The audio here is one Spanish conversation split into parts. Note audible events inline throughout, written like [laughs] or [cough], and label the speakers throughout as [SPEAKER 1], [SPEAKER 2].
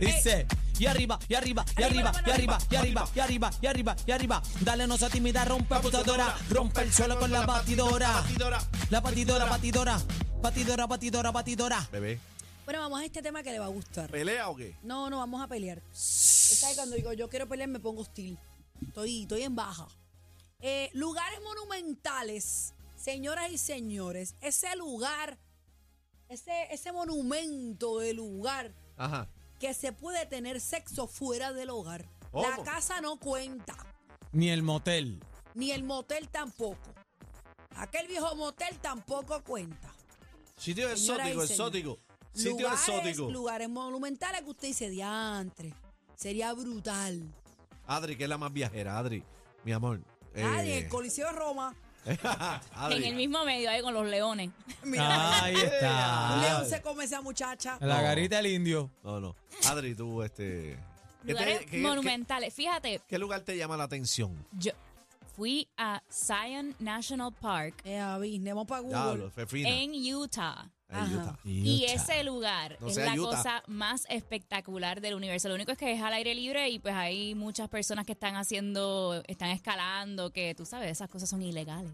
[SPEAKER 1] Dice, Ah. y arriba, y arriba, y arriba, y arriba, y arriba, y arriba, y arriba, y arriba. Dale, no se tímida, rompe acusadora. Rompe el suelo con la batidora. La batidora, batidora. Batidora, batidora, batidora.
[SPEAKER 2] Bebé,
[SPEAKER 3] Bueno, vamos a este tema que le va a gustar.
[SPEAKER 2] ¿pelea o qué?
[SPEAKER 3] No, no, vamos a pelear. Usted sabe, cuando digo yo quiero pelear me pongo hostil. Estoy, estoy en baja. Eh, lugares monumentales, señoras y señores. Ese lugar, ese, ese monumento de lugar
[SPEAKER 2] Ajá.
[SPEAKER 3] que se puede tener sexo fuera del hogar.
[SPEAKER 2] ¿Cómo?
[SPEAKER 3] La casa no cuenta,
[SPEAKER 1] Ni el motel.
[SPEAKER 3] ni el motel tampoco. Aquel viejo motel tampoco cuenta.
[SPEAKER 2] Sitio
[SPEAKER 3] Señoras y
[SPEAKER 2] exótico,
[SPEAKER 3] señores.
[SPEAKER 2] exótico. Sitio
[SPEAKER 3] lugares,
[SPEAKER 2] exótico.
[SPEAKER 3] lugares monumentales que usted dice diantre. Sería brutal.
[SPEAKER 2] Adri, que es la más viajera, Adri. Mi amor. eh,
[SPEAKER 3] Ah, en el Coliseo de Roma.
[SPEAKER 2] Adri.
[SPEAKER 4] En el mismo medio, ahí con los leones.
[SPEAKER 3] Mira,
[SPEAKER 1] Ahí
[SPEAKER 2] Ah.
[SPEAKER 3] un
[SPEAKER 1] está.
[SPEAKER 3] león se come esa muchacha.
[SPEAKER 1] La garita del indio.
[SPEAKER 2] No, no. Adri, tú, este. ¿qué te-
[SPEAKER 4] Lugares
[SPEAKER 2] qué- qué-
[SPEAKER 4] monumentales. Fíjate,
[SPEAKER 2] ¿Qué lugar te llama la atención?
[SPEAKER 4] yo fui a Zion National Park
[SPEAKER 3] Eh, Avis, vamos para Google.
[SPEAKER 2] Diablo, Fefina.
[SPEAKER 4] en Utah.
[SPEAKER 2] Ahí
[SPEAKER 3] Ajá.
[SPEAKER 2] está.
[SPEAKER 4] Y ese lugar
[SPEAKER 2] No
[SPEAKER 4] es
[SPEAKER 2] sea
[SPEAKER 4] la
[SPEAKER 2] Utah.
[SPEAKER 4] cosa más espectacular del universo. Lo único es que es al aire libre y pues hay muchas personas que están haciendo, están escalando, que tú sabes, esas cosas son ilegales.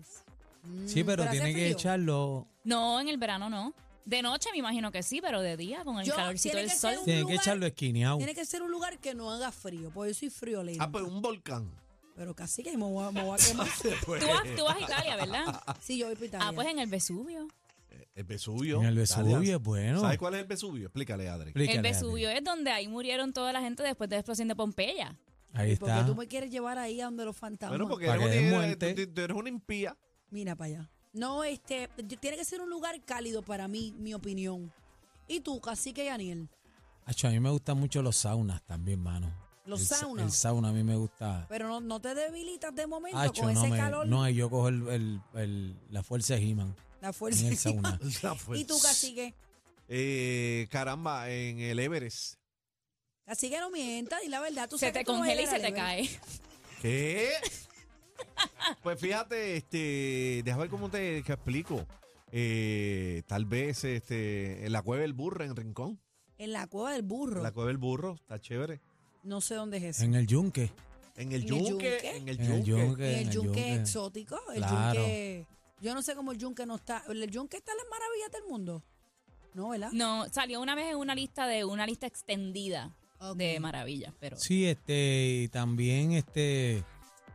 [SPEAKER 1] Sí, pero
[SPEAKER 3] Mm, pero hace
[SPEAKER 1] tiene que
[SPEAKER 3] frío.
[SPEAKER 1] echarlo.
[SPEAKER 4] No, en el verano no. De noche me imagino que sí, pero de día con el
[SPEAKER 3] Yo-
[SPEAKER 4] calorcito
[SPEAKER 3] tiene
[SPEAKER 4] del
[SPEAKER 3] que
[SPEAKER 4] sol.
[SPEAKER 3] ser un-
[SPEAKER 1] Tiene que
[SPEAKER 3] lugar-
[SPEAKER 1] echarlo esquineado.
[SPEAKER 3] Tiene que ser un lugar que no haga frío, porque yo soy friolenta.
[SPEAKER 2] Ah, pues un
[SPEAKER 3] [laughs]
[SPEAKER 2] volcán. Eh,
[SPEAKER 3] Pero casi que me voy, a- me voy a
[SPEAKER 2] [laughs]
[SPEAKER 3] quemar.
[SPEAKER 4] Tú vas, tú vas a Italia,
[SPEAKER 3] [laughs]
[SPEAKER 4] ¿verdad?
[SPEAKER 3] sí, yo voy para Italia.
[SPEAKER 4] Ah, pues en el Vesubio.
[SPEAKER 2] El Vesubio.
[SPEAKER 1] En el Vesubio
[SPEAKER 2] Dale,
[SPEAKER 1] es bueno.
[SPEAKER 2] ¿Sabes cuál es el Vesubio? Explícale, Adri.
[SPEAKER 1] Explícale,
[SPEAKER 4] El
[SPEAKER 1] Adri.
[SPEAKER 4] Vesubio es donde ahí murieron toda la gente después de la explosión de Pompeya.
[SPEAKER 1] Ahí
[SPEAKER 3] Porque
[SPEAKER 1] está.
[SPEAKER 3] tú me quieres llevar ahí a donde los fantasmas.
[SPEAKER 2] Bueno, porque
[SPEAKER 1] Para
[SPEAKER 2] eres
[SPEAKER 1] que
[SPEAKER 2] una,
[SPEAKER 1] des
[SPEAKER 2] idea-
[SPEAKER 1] muerte.
[SPEAKER 2] tú- tú eres una impía.
[SPEAKER 3] Mira para allá. No, este, yo- tiene que ser un lugar cálido para mí, mi opinión. Y tú, cacique Daniel.
[SPEAKER 1] Acho, a mí me gustan mucho los saunas también, mano.
[SPEAKER 3] Los
[SPEAKER 1] El sa-
[SPEAKER 3] saunas.
[SPEAKER 1] El sauna a mí me gusta.
[SPEAKER 3] Pero no, no te debilitas de momento
[SPEAKER 1] Acho,
[SPEAKER 3] con
[SPEAKER 1] no,
[SPEAKER 3] ese
[SPEAKER 1] me-
[SPEAKER 3] calor,
[SPEAKER 1] no, yo cojo el- el- el- la fuerza de He-Man
[SPEAKER 3] la fuerza.
[SPEAKER 1] en
[SPEAKER 3] [laughs]
[SPEAKER 1] el sauna.
[SPEAKER 2] La fuerza.
[SPEAKER 3] Y tú, cacique.
[SPEAKER 2] Eh, caramba, en el Everest.
[SPEAKER 3] Cacique no mientas, di la verdad. Tú
[SPEAKER 4] Se
[SPEAKER 3] sabes
[SPEAKER 4] te
[SPEAKER 3] que tú no
[SPEAKER 4] congela y
[SPEAKER 3] eres
[SPEAKER 4] se te
[SPEAKER 3] Eleven.
[SPEAKER 4] cae. [laughs]
[SPEAKER 2] ¿Qué? pues fíjate, este, déjame ver cómo te que explico. Eh, tal vez este, en la cueva del burro, en Rincón.
[SPEAKER 3] En la cueva del burro.
[SPEAKER 2] En la cueva del burro, está chévere.
[SPEAKER 3] No sé dónde es eso.
[SPEAKER 1] En el yunque.
[SPEAKER 2] En el
[SPEAKER 3] ¿En el
[SPEAKER 2] yunque,
[SPEAKER 3] yunque?
[SPEAKER 2] en el
[SPEAKER 1] En el
[SPEAKER 2] yunque.
[SPEAKER 1] yunque.
[SPEAKER 3] el,
[SPEAKER 1] en el
[SPEAKER 3] yunque,
[SPEAKER 1] yunque.
[SPEAKER 3] exótico. El
[SPEAKER 1] Claro.
[SPEAKER 3] yunque. Yo no sé cómo el yunque no está. El yunque está en las maravillas del mundo. No, ¿verdad?
[SPEAKER 4] No, salió una vez en una lista de una lista extendida
[SPEAKER 3] Ok.
[SPEAKER 4] de maravillas, pero
[SPEAKER 1] Sí, este, y también este,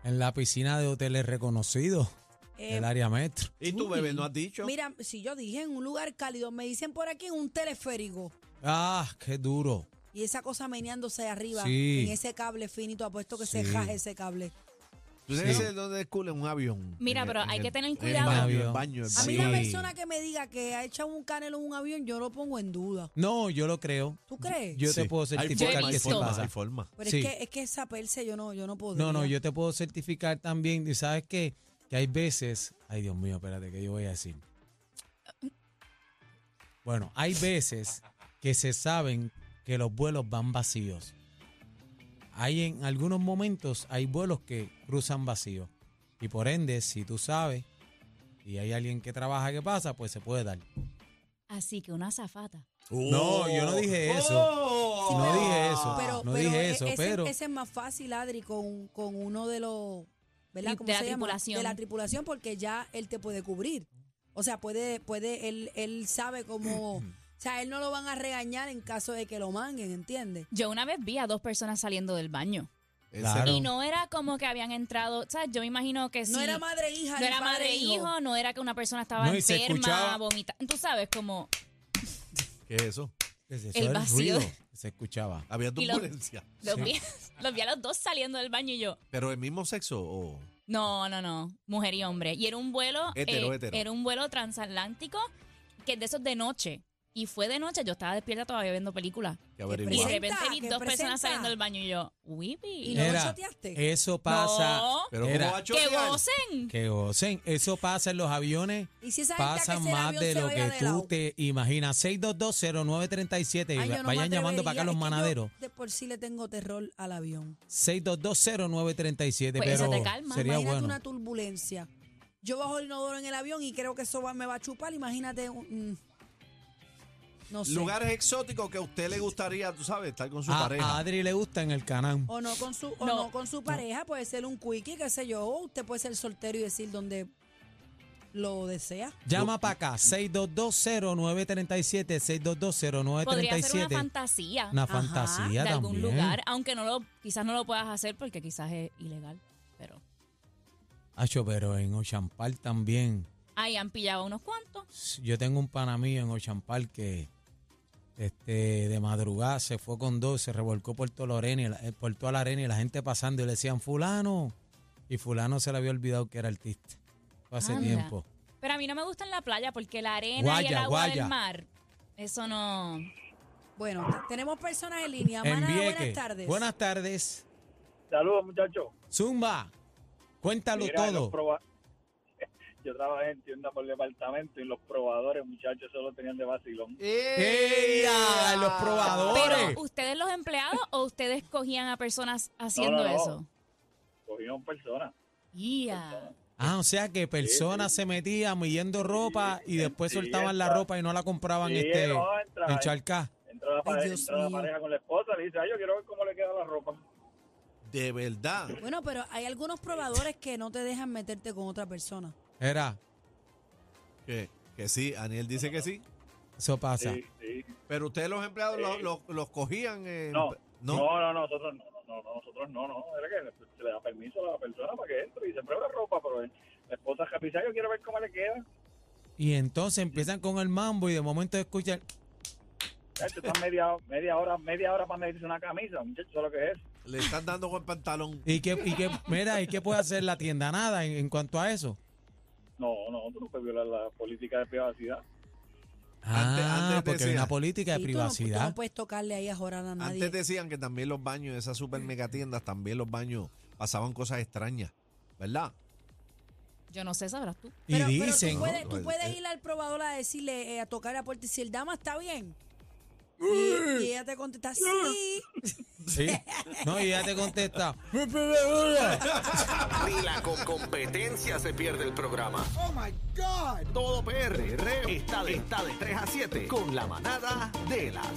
[SPEAKER 1] en la piscina de hoteles reconocidos,
[SPEAKER 3] Eh,
[SPEAKER 1] el área metro.
[SPEAKER 2] Y tu bebé no has dicho.
[SPEAKER 3] Mira, si yo dije en un lugar cálido, me dicen por aquí en un teleférico.
[SPEAKER 1] Ah, qué duro.
[SPEAKER 3] Y esa cosa meneándose arriba
[SPEAKER 1] Sí.
[SPEAKER 3] en ese cable finito, apuesto que se
[SPEAKER 1] Sí.
[SPEAKER 3] jaje ese cable.
[SPEAKER 2] Tú sabes dónde es cool en un avión.
[SPEAKER 4] Mira,
[SPEAKER 2] En el-
[SPEAKER 4] pero
[SPEAKER 2] en
[SPEAKER 4] hay
[SPEAKER 2] el-
[SPEAKER 4] que tener
[SPEAKER 2] en el
[SPEAKER 4] cuidado.
[SPEAKER 2] baño, el baño, el
[SPEAKER 3] A mí
[SPEAKER 2] baño.
[SPEAKER 3] la
[SPEAKER 1] Sí.
[SPEAKER 3] persona que me diga que ha echado un canelo en un avión, yo lo pongo en duda.
[SPEAKER 1] No, yo lo creo.
[SPEAKER 3] ¿Tú crees?
[SPEAKER 1] Yo
[SPEAKER 2] Sí.
[SPEAKER 1] te puedo
[SPEAKER 2] Hay
[SPEAKER 1] certificar
[SPEAKER 2] forma,
[SPEAKER 1] que
[SPEAKER 2] hay
[SPEAKER 1] sí
[SPEAKER 4] visto.
[SPEAKER 2] forma,
[SPEAKER 1] pasa.
[SPEAKER 2] hay forma.
[SPEAKER 3] Pero
[SPEAKER 1] Sí.
[SPEAKER 3] es que es que esa perse yo no, yo no podría.
[SPEAKER 1] No, no, yo te puedo certificar también. Y sabes qué? que hay veces. Ay, Dios mío, espérate, que yo voy a decir. Bueno, hay veces que se saben que los vuelos van vacíos. Hay en algunos momentos hay vuelos que cruzan vacíos. Y por ende, si tú sabes y hay alguien que trabaja que pasa, pues se puede dar.
[SPEAKER 4] así que una azafata.
[SPEAKER 1] No, yo no dije eso.
[SPEAKER 2] Oh.
[SPEAKER 1] No dije eso.
[SPEAKER 3] pero,
[SPEAKER 1] no
[SPEAKER 3] pero
[SPEAKER 1] dije
[SPEAKER 3] e-
[SPEAKER 1] eso,
[SPEAKER 3] ese,
[SPEAKER 1] pero.
[SPEAKER 3] ese es más fácil, Adri, con, con uno de los. ¿Verdad?
[SPEAKER 4] De
[SPEAKER 3] ¿Cómo
[SPEAKER 4] la
[SPEAKER 3] se llama?
[SPEAKER 4] tripulación.
[SPEAKER 3] De la tripulación,
[SPEAKER 1] [clears throat]
[SPEAKER 3] porque ya él te puede cubrir. O sea, puede, puede, él, él sabe cómo, O sea, a él no lo van a regañar en caso de que lo manguen, ¿entiendes?
[SPEAKER 4] Yo una vez vi a dos personas saliendo del baño.
[SPEAKER 2] En
[SPEAKER 1] Claro.
[SPEAKER 2] serio.
[SPEAKER 4] Y no era como que habían entrado, o sea, yo me imagino que sí.
[SPEAKER 3] No era madre e hija,
[SPEAKER 4] No
[SPEAKER 3] ni
[SPEAKER 4] era
[SPEAKER 3] padre
[SPEAKER 4] madre
[SPEAKER 3] e
[SPEAKER 4] e hijo, no era que una persona estaba
[SPEAKER 1] No, y se escuchaba-
[SPEAKER 4] enferma, vomitando. Tú sabes, como
[SPEAKER 2] ¿Qué es eso?
[SPEAKER 1] Eso
[SPEAKER 4] El
[SPEAKER 1] era
[SPEAKER 4] vacío.
[SPEAKER 1] ruido que se escuchaba.
[SPEAKER 2] Había
[SPEAKER 4] Y lo-
[SPEAKER 2] turbulencia.
[SPEAKER 4] los,
[SPEAKER 1] Sí.
[SPEAKER 4] vi, [laughs] los vi a los dos saliendo del baño y yo,
[SPEAKER 2] ¿Pero el mismo sexo o...?
[SPEAKER 4] No, no, no. Mujer y hombre. Y era un vuelo. eh,
[SPEAKER 2] Hetero, hetero.
[SPEAKER 4] Era un vuelo transatlántico que de esos de noche. Y fue de noche. Yo estaba despierta todavía viendo películas.
[SPEAKER 2] Que
[SPEAKER 4] Y de
[SPEAKER 2] averiguar.
[SPEAKER 3] presenta,
[SPEAKER 4] repente vi
[SPEAKER 3] que
[SPEAKER 4] dos
[SPEAKER 3] presenta.
[SPEAKER 4] personas saliendo del baño y yo,
[SPEAKER 3] ¿Y
[SPEAKER 4] ¡Wipi!
[SPEAKER 3] no lo
[SPEAKER 1] Era,
[SPEAKER 3] choteaste?
[SPEAKER 1] eso pasa.
[SPEAKER 4] No,
[SPEAKER 2] Pero ¿cómo
[SPEAKER 1] Era.
[SPEAKER 2] va a
[SPEAKER 4] ¡Que
[SPEAKER 2] chotear?
[SPEAKER 4] gocen!
[SPEAKER 1] Que gocen. Eso pasa en los aviones.
[SPEAKER 3] ¿Y si esa gente a que
[SPEAKER 1] Pasan
[SPEAKER 3] se le
[SPEAKER 1] más
[SPEAKER 3] avión
[SPEAKER 1] de
[SPEAKER 3] se
[SPEAKER 1] lo
[SPEAKER 3] vaya
[SPEAKER 1] que
[SPEAKER 3] de lado?
[SPEAKER 1] tú te imaginas. 6220937.
[SPEAKER 3] Ay,
[SPEAKER 1] Y
[SPEAKER 3] yo
[SPEAKER 1] va-
[SPEAKER 3] no me
[SPEAKER 1] vayan llamando para acá los
[SPEAKER 3] atrevería. Es que
[SPEAKER 1] manaderos.
[SPEAKER 3] yo de por sí le tengo terror al avión.
[SPEAKER 1] 6220937.
[SPEAKER 4] Pues eso
[SPEAKER 1] pero
[SPEAKER 4] te calma.
[SPEAKER 1] sería
[SPEAKER 3] imagínate
[SPEAKER 1] bueno.
[SPEAKER 3] una turbulencia. Yo bajo el inodoro en el avión y creo que eso va- me va a chupar. Imagínate. un- mm. no sé.
[SPEAKER 2] Lugares exóticos que a usted le gustaría, tú sabes, estar con su
[SPEAKER 1] A,
[SPEAKER 2] pareja.
[SPEAKER 1] a Adri le gusta en el canal.
[SPEAKER 3] O no con su, o no.
[SPEAKER 4] No.
[SPEAKER 3] con su pareja, puede ser un quickie, qué sé yo. O usted puede ser soltero y decir donde lo desea.
[SPEAKER 1] Llama para acá. 6220937.
[SPEAKER 4] Podría ser una
[SPEAKER 1] 6220937.
[SPEAKER 4] fantasía
[SPEAKER 1] Una
[SPEAKER 3] Ajá,
[SPEAKER 1] fantasía
[SPEAKER 4] de
[SPEAKER 1] también.
[SPEAKER 4] algún lugar. Aunque no lo, quizás no lo puedas hacer porque quizás es ilegal. Pero
[SPEAKER 1] Acho, pero en Ocean Park también.
[SPEAKER 4] ahí han pillado unos cuantos.
[SPEAKER 1] Yo tengo un pana mío en Ocean Park que este, de madrugada se fue con dos, se revolcó por toda la arena, y la- eh, por toda la arena y la gente pasando y le decían fulano. Y fulano se le había olvidado que era artista. Fue hace
[SPEAKER 4] Anda.
[SPEAKER 1] tiempo.
[SPEAKER 4] Pero a mí no me gusta en la playa porque la arena y el
[SPEAKER 1] Guaya,
[SPEAKER 4] agua
[SPEAKER 1] guaya.
[SPEAKER 4] del mar, eso no...
[SPEAKER 3] Bueno, te- tenemos personas en línea.
[SPEAKER 1] En
[SPEAKER 3] Mana, buenas
[SPEAKER 1] Vieques.
[SPEAKER 3] tardes.
[SPEAKER 1] Buenas tardes.
[SPEAKER 5] Saludos, muchachos.
[SPEAKER 1] Zumba, cuéntalo
[SPEAKER 5] Mira, los
[SPEAKER 1] todo.
[SPEAKER 5] proba- [laughs] Yo trabajé en tienda por departamento y los probadores, muchachos, solo tenían de vacilón.
[SPEAKER 2] ¡Ey!
[SPEAKER 1] ¡Ey, a los probadores!
[SPEAKER 4] Pero, ¿ustedes los empleados o ustedes cogían a personas haciendo
[SPEAKER 5] No, no, no.
[SPEAKER 4] eso?
[SPEAKER 5] Cogieron personas.
[SPEAKER 4] Ya.
[SPEAKER 1] Ah, o sea que personas se metían midiendo ropa y después
[SPEAKER 5] sí,
[SPEAKER 1] soltaban la
[SPEAKER 5] está.
[SPEAKER 1] ropa y no la compraban
[SPEAKER 5] Sí,
[SPEAKER 1] este,
[SPEAKER 5] no, entra,
[SPEAKER 1] en Charcá.
[SPEAKER 5] Entra, la, pare-
[SPEAKER 3] Dios
[SPEAKER 5] entra la
[SPEAKER 3] mío.
[SPEAKER 5] pareja con la esposa, le dice, ay, yo quiero ver cómo le queda la ropa.
[SPEAKER 2] De verdad.
[SPEAKER 3] Bueno, pero hay algunos probadores que no te dejan meterte con otra persona.
[SPEAKER 1] Era,
[SPEAKER 2] Que, que sí, Aniel dice que sí.
[SPEAKER 1] eso pasa.
[SPEAKER 5] Sí, sí.
[SPEAKER 2] Pero ustedes los empleados
[SPEAKER 5] Sí.
[SPEAKER 2] los, los- los cogían. eh,
[SPEAKER 5] No,
[SPEAKER 2] no.
[SPEAKER 5] no, no, no, nosotros no, no, no, no, nosotros no, no. Era que se le da permiso a la persona para que entre y se pruebe la ropa, pero el- la esposa es capizada, yo quiero ver cómo le queda.
[SPEAKER 1] Y entonces empiezan con el mambo y de momento escuchan.
[SPEAKER 5] Muchacho, están media, [laughs] media hora, media hora para medirse una camisa, muchachos, eso es lo que es.
[SPEAKER 2] Le están dando con el
[SPEAKER 1] [laughs]
[SPEAKER 2] pantalón.
[SPEAKER 1] ¿Y qué, y qué, mira, ¿y qué puede hacer la tienda? Nada en, en cuanto a eso.
[SPEAKER 5] No, no, tú no puedes violar la política de privacidad.
[SPEAKER 2] Antes-
[SPEAKER 1] Ah,
[SPEAKER 2] antes
[SPEAKER 1] porque hay una
[SPEAKER 2] decía-
[SPEAKER 1] política de
[SPEAKER 3] Y tú no- Tú no,
[SPEAKER 1] privacidad.
[SPEAKER 3] puedes tocarle ahí a Jorán a nadie.
[SPEAKER 2] Antes decían que también los baños de esas super mega tiendas, también los baños pasaban cosas extrañas. ¿Verdad?
[SPEAKER 4] Yo no sé, sabrás tú.
[SPEAKER 1] y
[SPEAKER 3] pero, pero
[SPEAKER 1] dicen,
[SPEAKER 3] tú, puedes, tú
[SPEAKER 2] Pues,
[SPEAKER 3] puedes
[SPEAKER 2] eh.
[SPEAKER 3] ir al probador a decirle, eh, a tocar la puerta y si el dama está bien. Y, y ella te contesta, sí.
[SPEAKER 1] sí, no, y ya
[SPEAKER 3] [laughs]
[SPEAKER 1] te contesta.
[SPEAKER 6] Ni la con competencia se pierde el programa. Oh my God. Todo PR está de, está de 3 a 7 con la manada de las